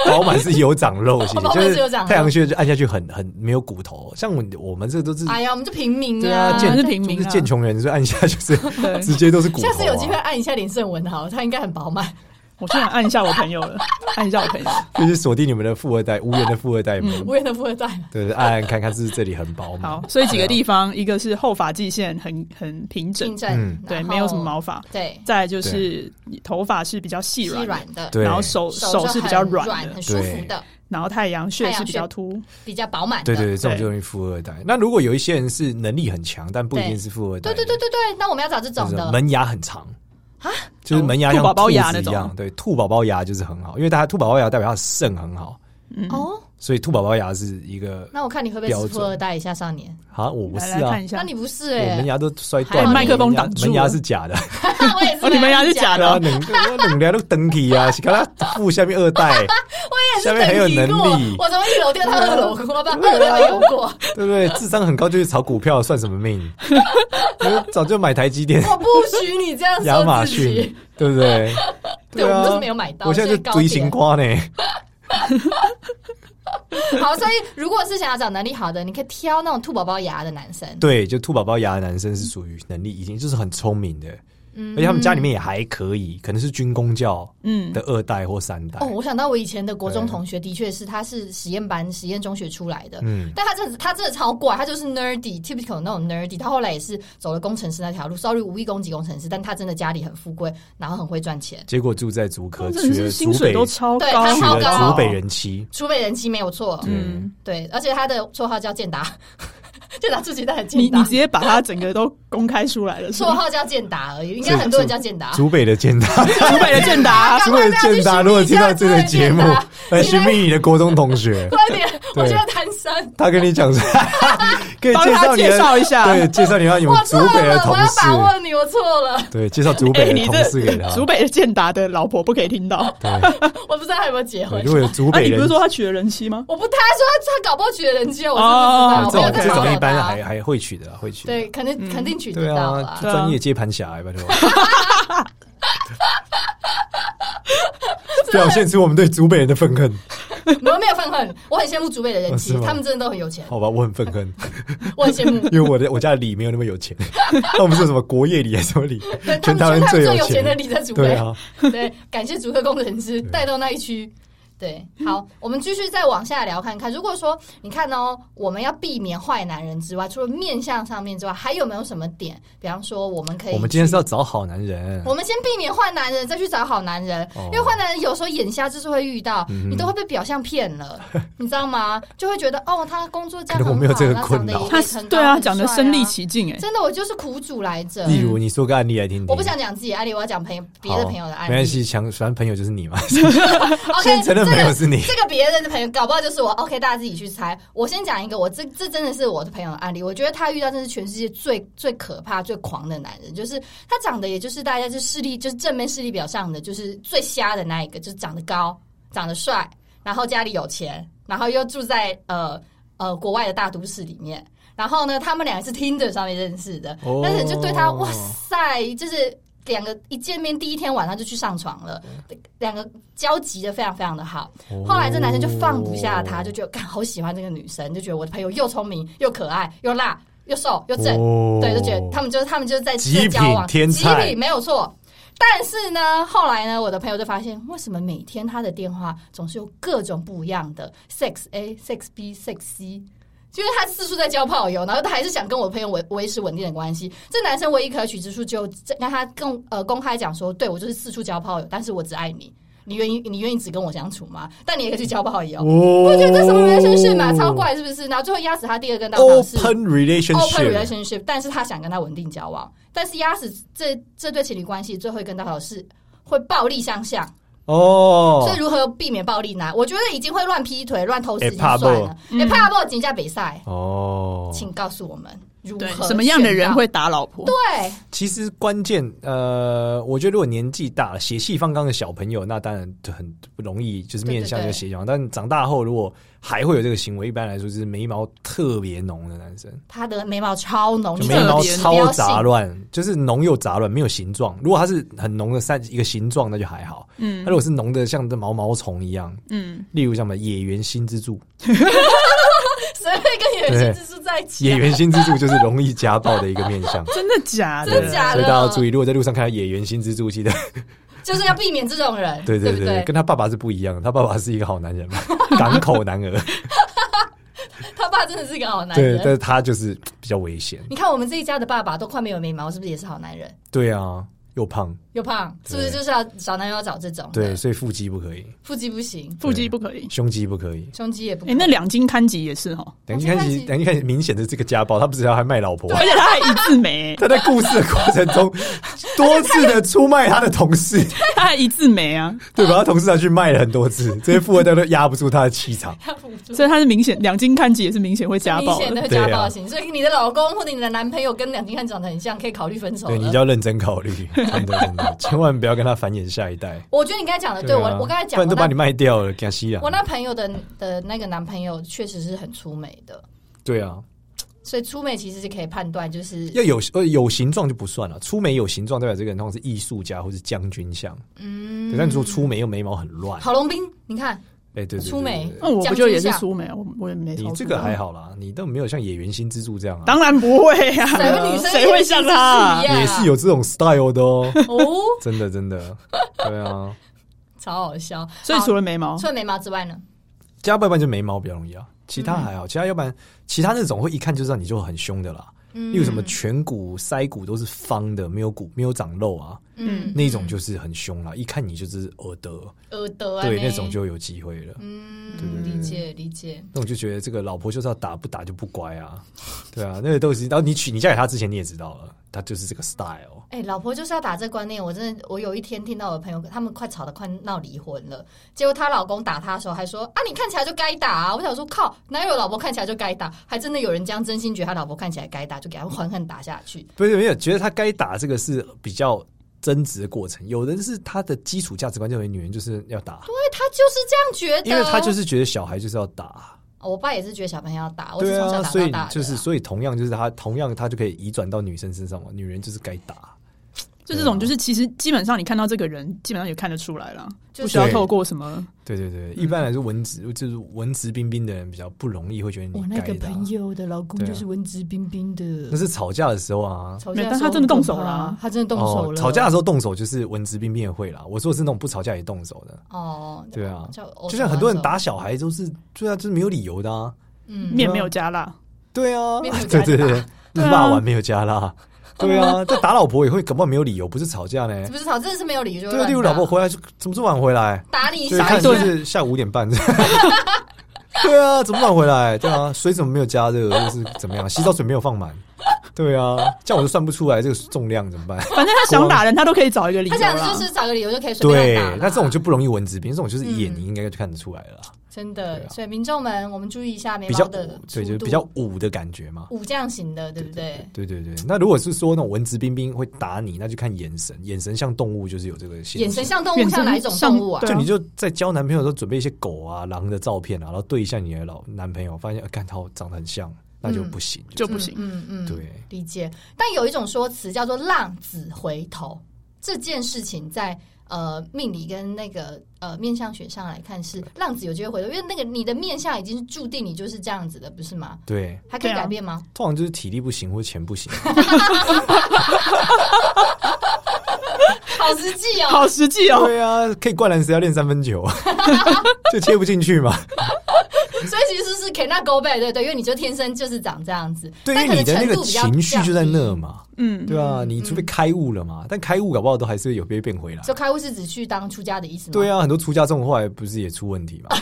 饱满是有长肉，其
(laughs)
实
饱满
就是是
有长肉
太阳穴就按下去很很没有骨头，像我我们这都是
哎呀，我们就平民
对
啊
啊，，
健
见
是平民啊
就是见穷人，所以按下就是
对
(laughs) 直接都是骨头、
下
啊。
次有机会按一下连胜文好了，他应该很饱满。
我现在按一下我朋友了，按一下我朋友。
就是锁定你们的富二代，无缘的富二代们，
(laughs) 我也都不会带了。
对，按按看看是不是这里很饱满。
嗯好，所以几个地方，一个是后发际线很很平整
竞，争、
嗯
对，
然后
没有什么毛发；
对，
再来就是你头发是比较细
细
软的，
软的，
对
然后手
手
手
是
是比较
很
软
软
的
很，舒服的，
然后太阳穴是比较凸，
比较饱满的。
对对对，这种
对
就容易富二代。那如果有一些人是能力很强，但不一定是富二代
对
的，
对对对对，那我们要找这种
那
的
种。门牙很长就是门牙像
啊兔宝宝牙
兔子一
那
样
种，
对，兔宝宝牙就是很好，因为大家兔宝宝牙代表他的肾很好，
嗯
哦，
所以兔宝宝牙是一个
那我看你会不会
标
是
准
富二代一下少年？
好像我不是
来来
啊
看一，下
那。你不是
我
哎
门，牙都摔断了，
哎麦克风
门牙
挡住了
门牙是假的，
(laughs) 我也
(laughs)
是。
哦，你们牙是假
对啊，
的，
两我两牙都登体啊，是看他富下面二代，
我也是
下面很有
等级
能
过
力啊
我从一楼掉到二楼过，把二楼也游过。
对不对？智商很高就去炒股票，算什么命？我早就买台积电、
我不许你这样
亚
说
马
自己
逊。，对不对？
对我
啊
们就是没有买到
我现在
所以
就
高
堆
铁
青瓜呢，
好，所以如果是想要找能力好的，你可以挑那种兔宝宝牙的男生。
对，就兔宝宝牙的男生是属于能力已经就是很聪明的，而且他们家里面也还可以，可能是军工教
嗯
的二代或三代
哦，。我想到我以前的国中同学，的确是他是实验班、实验中学出来的，
嗯
但他真的是他真的超怪，他就是 nerdy typical 那种 nerdy。他后来也是走了工程师那条路，sorry 无意攻击工程师，但他真的家里很富贵，然后很会赚钱，
结果住在竹科，
真
娶
的是
了
薪
呃竹
水
北，
都超
对
高，啊
他
娶
超
了
高
竹北人妻。
储备人妻没有错，
嗯，
对，而且他的绰号叫健达， (laughs) 健达自己都很
你
健
你
达
直，接把它整个都公开出来了，是
绰
吗？
号叫健达而已，应该很多人叫健达。
竹北的建达，
湖北的健
(laughs)
达，
竹北的建达，如果听到这个节目
竹北的建达，
来寻觅你的国中
(laughs)
同学，
快点，我
对
觉得单身。
他跟你讲说，可以
帮
介
他
绍你
介
的
绍一下
哎
对，介绍你让你们
我
竹
错了，
北的同
我要
事，
把握你，我错了，
对，介绍竹
哎、
北的啊
你
同事给他
这。竹北的健达的老婆不可以听到。
哎
对，
我不知道他有没有结
对
婚
如。果有竹
啊，
北
你不
人
是，说他娶了人妻吗？
我不，他说他他搞不好娶了人家，我是
哦
不知道。我
这种
没有
这
在
种
找
一般
他
还还会取的，会取的。
对，肯定肯定娶
对
得到
啊，
啦。
对啊
专业接盘侠，哎拜托。
(laughs)
表现出我们对竹北人的愤恨，
你们没有愤恨， (laughs) 我很羡慕祖辈的人
哦
妻
是，吗
他们真的都很有钱，
好吧，我很愤恨，
我很羡
(laughs)
慕。
因为我的我家的李没有那么
(laughs)
有钱，那我们说什么国业李还是什么李
对，，他
全
们
台
他
湾
们最
有
有
钱
钱的李在祖
对
辈，
啊，
对，感谢竹科工程师带动那一区。对，
嗯
好，我们继续再往下聊看看。如果说你看哦，我们要避免坏男人之外，除了面相上面之外，还有没有什么点？比方说，我们可以
我们今天是要找好男人，
我们先避免坏男人，再去找好男人，
哦嗯
因为坏男人有时候眼瞎就是会遇到，你都会被表象骗
(laughs)
了，你知道吗？就会觉得哦，他工作这样
可
很
能我
好，
没有这个困
他
扰
长得
他
也很高
对啊，
很
讲的
帅
身临
啊
其境哎、
真的，我就是苦主来着。
例如你说个案例来听听，
我不想讲自己的案例，我要讲朋友别的
好
朋友的案例。
没关系，想反正朋友就是你嘛，
OK，
先承认
这个
朋友是你
这个别人的朋友，搞不好就是我。OK，大家自己去猜。我先讲一个，我这这真的是我的朋友的案例。我觉得他遇到真是全世界最最可怕、最狂的男人，就是他长得也就是大家就视力就是正面视力表上的，就是最瞎的那一个，就是长得高、长得帅，然后家里有钱，然后又住在呃呃国外的大都市里面。然后呢，他们俩是 Tinder 上面认识的，
哦
但是你就对他哇塞，就是两个一见面第一天晚上就去上床了，两个交集的非常非常的好。
哦
后来这男生就放不下她，就觉得干好喜欢这个女生，就觉得我的朋友又聪明又可爱又辣又瘦又正，
哦
对，就觉得他们就是他们就是在
极
在交往
品天
极
菜
品没有错。但是呢，后来呢，我的朋友就发现，为什么每天他的电话总是有各种不一样的 sex A、sex B、sex C。就是他四处在交炮友，然后他还是想跟我朋友维维持稳定的关系。这男生唯一可取之处就让他更呃公开讲说，对我就是四处交炮友，但是我只爱你，你愿意你愿意只跟我相处吗？但你也可以去交炮友，
我
我觉得这什么 relationship 嘛，超怪是不是？然后最后压死他第二根稻草是
哦 Open
open
relationship，
哦 relationship，但是他想跟他稳定交往，但是压死这这对情侣关系最后一根稻草是会暴力相向，
哦哎
所以如何避免暴力呢？我觉得已经会乱劈腿、乱偷吃已
会
经
嗯
怕
算了哎
爆，
也怕不警价比赛，
哦，
请告诉我们如
对
何
什么样的人
选到
会打老婆？
对
其实关键，呃，我觉得如果年纪大了，血气方刚的小朋友，那当然就很不容易，就是面向这个血气方刚。但长大后，如果还会有这个行为，一般来说就是眉毛特别浓的男生，
他的眉毛超浓，哦
就
你
眉
真的
毛
别
不
超
要信
杂乱，就是浓又杂乱，没有形状。如果它是很浓的三一个形状，那就还好。嗯，那如果是浓的像这毛毛虫一样，
嗯，
例如像什么野原新之助，
谁会跟野原新之助在一起、啊？
野原新之助就是容易家暴的一个面相。啊
真的假的？
真的假的
所以大家要注意，如果在路上看到野原新之助，记得 (laughs)
就是要避免这种人，
对
对
对对，
不对？
跟他爸爸是不一样的，他爸爸是一个好男人嘛，港口男儿，
他爸真的是个好男
对，
人
但。是他就是比较危险。
你看我们这一家的爸爸都快没有眉毛，是不是也是好男人？
对啊，又胖，
又胖，是不是
对
就是要找男友要找这种？
对，，所以腹肌不可以，
腹肌不行，
腹肌不可以。
胸肌不可以。
胸肌也不
哎、
可以。
那两斤刊集也是哈，
等一下开
我
始
觉，得
等一下开始，明显的这个家暴，他不只要还卖老婆，
而且他还一字眉、
(laughs)
他在故事的过程中多次的出卖他的同
(laughs)
事，
他还一字眉啊，
对吧？他同事他去卖了很多次，这些富二代都压不住他的气场。
他辅助
所以他是明显两斤刊集也是明显会 (laughs) 家
明
暴
显
的。
的家暴型，
啊
所以你的老公或者你的男朋友跟两金汉长得很像，可以考虑分手
对，你
了
就。要认真考虑，真的真
(laughs)
的，千万不要跟他繁衍下一代。
我觉得你刚才讲的，对
啊
我我刚才
不
讲，
然
我
都把
那
你卖掉了，给他吸了
我。那朋友的的那个男朋友确实是很粗眉的，
对啊，
所以粗眉其实是可以判断，就是
要有呃有形状就不算了，粗眉有形状代表这个人通常是艺术家或是将军相。嗯，但你说粗眉又眉毛很乱，
郝龙斌，你
(laughs)
看
哎、对对对对
粗眉
对
那、哦我不就也是
讲出
粗眉啊？我我也没
你
超
这
粗
个
啊
还，好啦，你都没有像野原新之助这样啊，
当然不会啊，
谁会女生
谁会像他、啊
一？样啊
也是有这种 style 的哦，
哦，
真的真的，对啊，
超好笑。
所以
好
除了眉毛，
除了眉毛之外呢，
加倍半就眉毛比较容易啊，其
嗯
他还好，其他要不然其他那种会一看就知道你就很凶的啦，
嗯
例如什么颧骨、腮骨都是方的，没有骨没有长肉啊，
嗯
那种就是很凶啦，一看你就是耳德，
耳朵啊
对，
呢
那种就有机会了。对对
嗯，
对
理解理解。
那我就觉得这个老婆就是要打不打就不乖啊， (laughs) 对啊，那个都已经，然后你娶你嫁给他之前你也知道了，他就是这个 style，
哎、老婆就是要打这观念，我真的，我有一天听到我的朋友，他们快吵得快闹离婚了，结果她老公打她的时候还说啊，你看起来就该打、啊，我想说靠，哪有老婆看起来就该打？还真的有人这样真心觉得他老婆看起来该打，就给他狠狠打下去。
不是没有觉得他该打这个是比较争执的过程，有人是他的基础价值观认为女人就是要打，
对他就是这样觉得，
因为他就是觉得小孩就是要打，
哦我爸也是觉得小朋友要打，我是
对
哦从小
啊，
打
所
到
以
大的、
就是所以同样就是他同样他就可以移转到女生身上嘛，女人就是该打，
就这
啊
种，就是其实基本上你看到这个人，基本上也看得出来了，
就是
不需要透过什么。
对对对，
嗯
一般来说文质就是文质彬彬的人比较不容易会觉得你
我那
该
个
打，
朋友的老公
对啊
就是文质彬彬的，
那是吵架的时候啊，
吵架
没
的
但
时
他
候
真的动手
很可怕
了啊
他真的动手
哦。
了，
吵架的时候动手就是文质彬彬也会啦。我说的是那种不吵架也动手的，
哦，
对啊，
就
就像很多人打，小孩都是，对啊，就是没有理由的啊，
嗯
面没有加辣，
对啊
没有，
(laughs) 对
加
对对，
对
就是
啊
骂完没有加辣，对啊，这打老婆也会搞不好没有理由，不是吵架呢。
不是吵，真的是没有理由。
对啊，例如老婆回来就怎么这么晚回来，
打你
对，
傻
看
眼
就是下午五点半。 (laughs) 对啊，怎么晚回来？对啊，水怎么没有加热，或是怎么样？洗澡水没有放满。对啊，这样我就算不出来这个重量怎么办？
反正他想打人，他都可以找一个理由
他想的
啦。
就是找个理由就可以随便
对
乱打啦，
那这种就不容易文质彬，这种就是一眼你应该就看得出来了啦，
真的
对，啊
所以民众们，我们注意一下眉
比较
毛的
对，就
粗
是
度
比较武的感觉嘛。
武将型的，对不对？
对对对，那如果是说那种文质彬彬会打你，那就看眼神，眼神像动物就是有这个现
眼神像动物，
眼神
像哪一种动物啊
像？
就你就在交男朋友的时候准备一些狗啊、狼的照片啊，然后对一下你的老男朋友，发现啊，看、他长得很像，那就不行，
就不行。
嗯嗯，
对，
理解。但有一种说辞叫做“浪子回头”，这件事情在呃命理跟那个呃面相学上来看是浪子有机会回头，因为那个你的面相已经是注定你就是这样子的，不是吗？
对，
还可以
对啊
改变吗？
通常就是体力不行或钱不行，
好实际哦，
好实际哦，
对啊，可以灌篮时要练三分
(laughs)
球，就切不进去嘛。
所以其实是 cannot go back，对对，因为你就天生就是长这样子，
对，
但
因
可
为你
能
的
程
那个
度比较
情绪就在那
降低。
嘛，
嗯，
对啊，你除非开悟了
嗯
嘛，但开悟搞不好都还是有被变回来。
就开悟是指去当出家的意思吗？
对啊，很多出家众后来不是也出问
(laughs)
题嘛？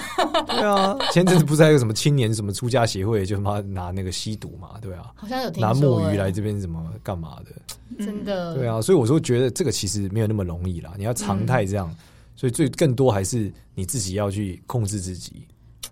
对啊，前阵子不是还有什么青年什么出家协会，就他妈拿那个吸毒嘛，对啊，
好像有听
拿
说
墨
欸
鱼来这边怎么干嘛的？
真的，
对啊，所以我说觉得这个其实没有那么容易啦，你要常
嗯
态这样，所以最更多还是你自己要去控制自己，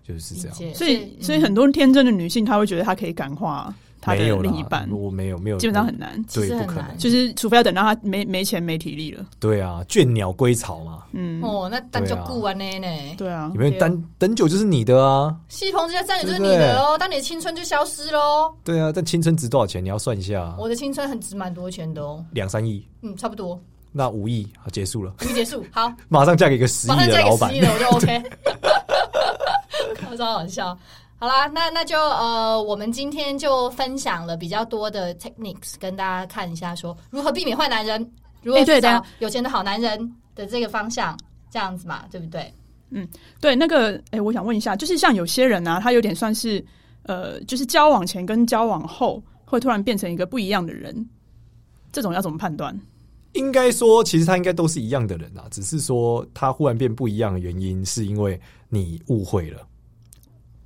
就是
理
这样。
解，
所以所以很多天真的女性，她会觉得她可以感化，他的
没有啦
另一半，
我没有没有，
基本上很难。
其实
对不
很
可能
难。
就是除非要等到他没没钱没体力了，
对啊，倦鸟归巢嘛，
嗯，
哦，那但就顾完呢呢。
对啊
有，没有
对啊
等等久就是你的啊？
戏棚这些站也就是你
对不
的
对
哦，但你的青春就消失喽。
对啊，但青春值多少钱？你要算一下啊，
我的青春很值蛮多钱的哦，
两三亿，
嗯，差不多。
那五亿好结束了，
一结束，好，
马上嫁给一个十
马
亿
上
的
嫁给
老板
十亿。的我就 OK，我超好笑。好啦，那那就呃，我们今天就分享了比较多的 techniques，跟大家看一下说如何避免坏男人，如何
哎对
去找
等
有钱的好男人的这个方向，这样子嘛，对不对？
对那个，哎、我想问一下，就是像有些人呢、啊，他有点算是呃，就是交往前跟交往后会突然变成一个不一样的人，这种要怎么判断？
应该说，其实他应该都是一样的人啊，只是说他忽然变不一样的原因，是因为你误会了。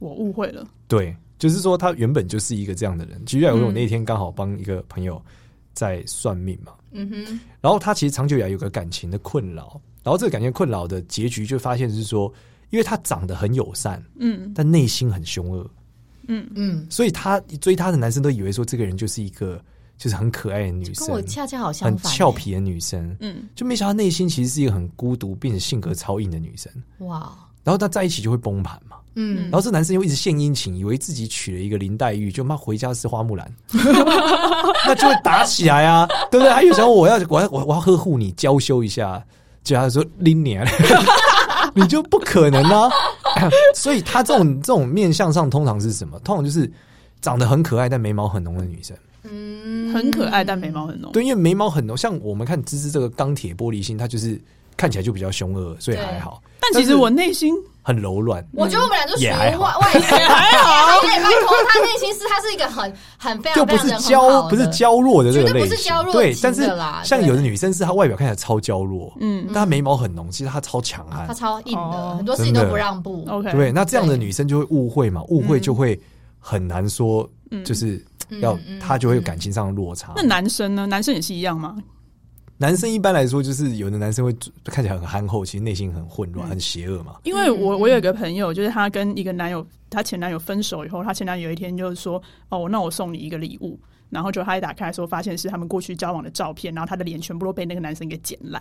我误会了，
对，就是说他原本就是一个这样的人。举例来说，
嗯
我那天刚好帮一个朋友在算命嘛，
嗯哼，
然后他其实长久以来有个感情的困扰，然后这个感情困扰的结局就发现是说，因为他长得很友善，
嗯
但内心很凶恶，
嗯，
所以他追他的男生都以为说这个人就是一个就是很可爱的女
跟
生，
我恰恰好相
很
反、欸
俏，皮的女生，
嗯，
就没想到内心其实是一个很孤独并且性格超硬的女生。
哇，
然后他在一起就会崩盘嘛，
嗯
然，后这男生又一直献殷勤，以为自己娶了一个林黛玉，就妈回家是花木兰， (laughs) 那就会打起来啊，对不对？他又想我要我要我我要呵护你，娇羞一下，结果他说拎你、啊， (laughs) 你就不可能啊。 (laughs) 所以他这种这种面相上通常是什么？通常就是长得很可爱但眉毛很浓的女生。
嗯
很可爱，但眉毛很浓。
对，因为眉毛很浓，像我们看芝芝这个钢铁玻璃心，她就是看起来就比较凶恶，所以
对
还好，
但其实我内心
很柔软。
我觉得我们俩就属于
也
外
还好
外显，还好。拜托，他内心是他是一个很很非
就
常非常
不是
人很好
娇，
的
不是娇弱的这个类
绝对不
型，
是娇弱
对，
型
但是
的啦
像
对
有的女生是她外表看起来超娇弱，
嗯
但她眉毛很浓，其实她超强悍
他，超硬的，
哦
很多事情都不让步。
，OK，
对，那这样的
对
女生就会误会嘛，误会就会很难说，就是
嗯
要
嗯
她就会有感情上的落差
那。男生呢？男生也是一样吗？
男生一般来说就是有的男生会看起来很憨厚，其实内心很混
嗯
乱、很邪恶嘛，
因为我我有一个朋友，就是她跟一个男友，她前男友分手以后，她前男友有一天就是说，哦，那我送你一个礼物，然后就她一打开的时候，发现是他们过去交往的照片，然后她的脸全部都被那个男生给剪烂。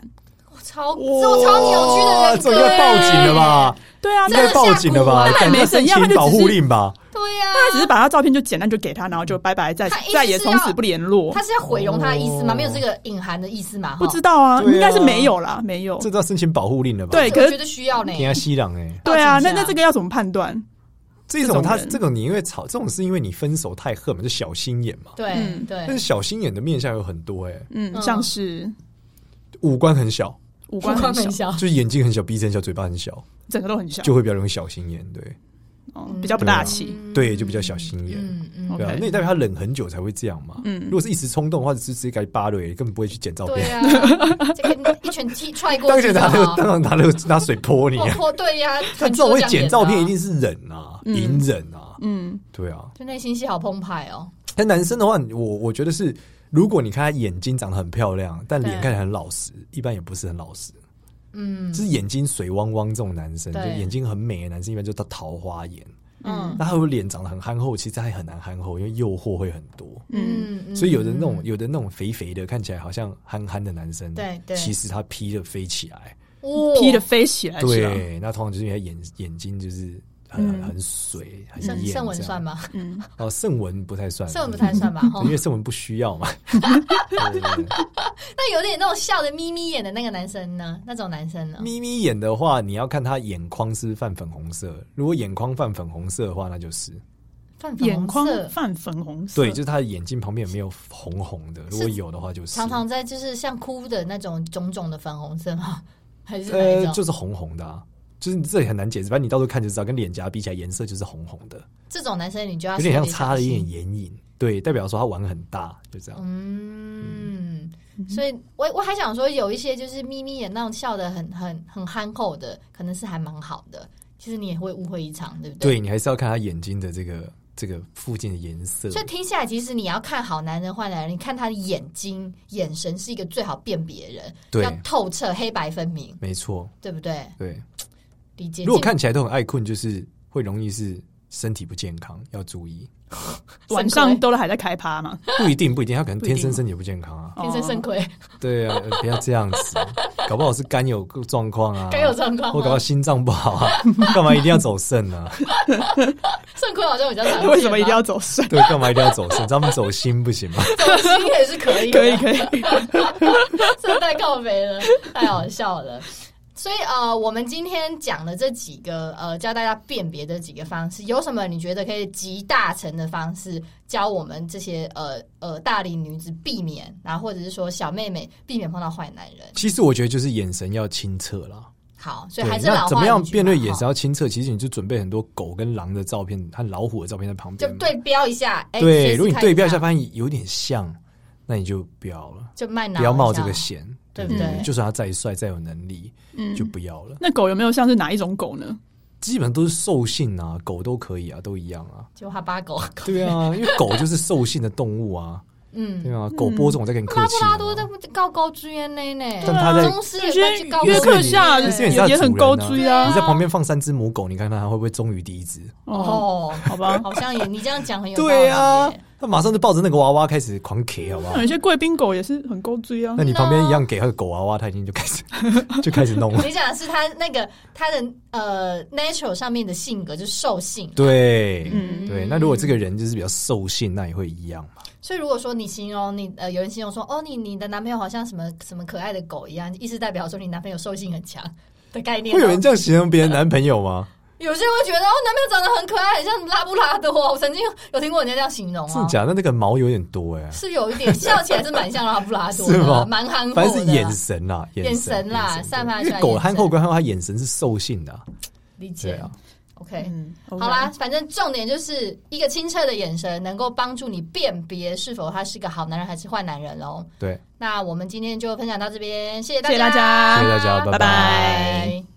我超这种超扭曲的人
这
格，
应该报警了？吧？
对啊，
应
那
该报警了吧？
真的吓哭啊
感觉申请保护令吧？
对呀、
他只是把他照片就剪烂就给他，然后就拜拜，再
他意思是
再也从此不联络
他。是要毁容他的意思吗？
哦
没有这个隐含的意思嘛？
不知
道，
道啊，
对啊
应该是没有啦，没有
这。叫申请保护令了吧？
对可
我
是
觉得需要呢。
人家西朗哎，
对啊，
报警
那
一下
那这个要怎么判断？
这种他
这种人
这种你因为吵这种是因为你分手太恨嘛，就小心眼嘛。
对、
嗯
(laughs)
但
对
是，小心眼的面相有很多哎、
嗯，
嗯
像是
五官很小，
五官很小，
小，
就是眼睛很小，鼻子很小，嘴巴很小，
整个都很小，
就会比较容易小心眼，对、
哦比较不大气。
对，就比较小心眼。
嗯嗯，
对啊
OK
那也代表他忍很久才会这样嘛。
嗯
如果是一时冲动的话，直直接给他扒了，根本不会去捡照
对
片。
呀、这
(laughs)
个一拳踢踹过
嗯当
去
然
就
拿那
好
个，。当然拿那个拿水泼你
破
啊。
破对呀、
但这种会捡照片，一
很多这样演的啊
定是忍啊，
嗯
隐忍啊，
嗯，
对啊。
就内心戏好澎湃哦。
但男生的话，我我觉得是，如果你看他眼睛长得很漂亮，但脸
对
看起来很老实，一般也不是很老实。
嗯
就是眼睛水汪汪这种男生，就
对
眼睛很美的男生，一般就叫桃花眼。
嗯
那他有脸长得很憨厚，其实还很难憨厚，因为诱惑会很多。
嗯嗯，
所以有的那种有的那种肥肥的，看起来好像憨憨的男生，
对对
其实他劈的飞起来，
哇
劈的飞起来哎是吧？
对，那通常就是因为眼眼睛就是很
嗯
很很水，很
圣
艳
圣文
这样
算？吗？
嗯，
哦，圣文不太算，
圣文不太算吧？
对，
哦
(laughs) 因为圣文不需
(laughs)
要嘛。对对对
那有点那种笑的眯眯眼的那个男生呢？那种男生呢？
眯眯眼的话，你要看他眼眶是不是泛粉红色，如果眼眶泛粉红色的话，那就是。
泛粉
眼
红
眶
色，
泛粉红色，
对，就是他的眼睛旁边有没有红红的？如果有的话，就是
常常在就是像哭的那种种种的粉红色吗？ (laughs) 还是哪一
呃，
种？
就是红红的、啊，就是这里很难解释，反正你到时候看就知道，跟脸颊比起来，颜色就是红红的，
这种男生你就要
有点像
特别小
擦了一
心
点眼影，对，代表说他玩很大，就这样。
嗯，所以我我还想说，有一些就是眯眯眼那种笑的很很很憨厚的，可能是还蛮好的。其实你也会误会一场，对不对？
对你还是要看他眼睛的这个这个附近的颜色。
所以听下来，其实你要看好男人坏男人，你看他的眼睛、眼神是一个最好辨别的人，
对
要透彻、黑白分明，
没错，
对不对？
对。
理解。
如果看起来都很爱困，就是会容易是身体不健康要注意，
晚上都还在开趴嘛，
不一定不一定，他可能
不一定
天生身体不健康啊。
天生肾亏，
对
(laughs)
啊，不要这样子，搞不好是肝有状况啊，
该有状况
或搞不好
吗？
心脏不好啊， (laughs) 干嘛一定要走肾啊
(laughs)
呢、
肾亏好像比较
(laughs)
常见吧，
为什么一定
(laughs)
要走肾？
对，干嘛一定要走肾？咱们走心不行吗？
走心也是可以的，
可以
(laughs)
可以， (laughs)
这太告别了，太好笑了。所以呃，我们今天讲的这几个呃，教大家辨别的几个方式，有什么你觉得可以集大成的方式，教我们这些呃呃大龄女子避免，然后或者是说小妹妹避免碰到坏男人？
其实我觉得就是眼神要清澈啦。
好，所
对，
以还是
那
老
怎么
话
样
一句
面
嘛
对眼
啊哈
神要清澈？其实你就准备很多狗跟狼的照片和老虎的照片在旁
就
边嘛。
对标一下，哎、
对，
谁
如果你
是
对
看
标一下，，发现有点像，那你就不要了，
就卖脑
不要冒
一
这
下
个险，
对
不
不对
就算他再帅、再有能力，
嗯
就不要了。
那狗有没有像是哪一种狗呢？
基本上都是兽性啊，狗都可以啊，都一样啊。
就哈巴
(laughs)
狗，
对啊，因为狗就是兽性的动物啊，
嗯，
对啊，狗播种我在跟你客
拉布
气嘛。
拉多在高高居焉内呢，
但它在
宗师
有
也
些
算是高高
约
可
克
居
夏
焉
可
内
是你
也
是它的
啊也很
主人
高
啊
追啊
你，在旁边放三只母狗，你看它会不会忠于第一只？
哦，
哦，
好吧。
好像也你这样讲很有道理
对啊
耶，
它马上就抱着那个娃娃开始狂 K，好不
嗯
好
那？有些贵宾狗也是很高追啊
那，你旁边一样给他个狗娃娃，他已经就开
(laughs)
始就开始弄了。
你讲的是他那个他的呃 natural 上面的性格就是兽性，
对，
嗯
对。那如果这个人就是比较兽性，那也会一样嘛。
所以如果说你形容你呃有人形容说哦你你的男朋友好像什么什么可爱的狗一样，意思代表说你男朋友兽性很强的概念
会
哦。
有人这样形容别人男朋
(laughs)
友吗？
有些人会觉得哦男朋友长得很可爱，很像拉布拉多，我曾经有听过人家这样形容
真的
啊。
假的？那那个毛有点多哎，
是有一点笑起来是蛮像拉布拉多
是吗
的，蛮憨厚的
反
啊。
正是眼神啦，
(laughs) 眼
神
神啦
眼神
散发
对
出
因
来
为狗
眼神
憨厚跟憨厚，它眼神是兽性的啊，
理
对
解哦
啊。
，OK。
嗯，
好啦，反正重点就是一个清澈的眼神，能够帮助你辨别是否他是个好男人还是坏男人喽。
对。
那我们今天就分享到这边，谢谢大
谢
家，
谢大家
谢谢大家
拜
拜拜
拜。
拜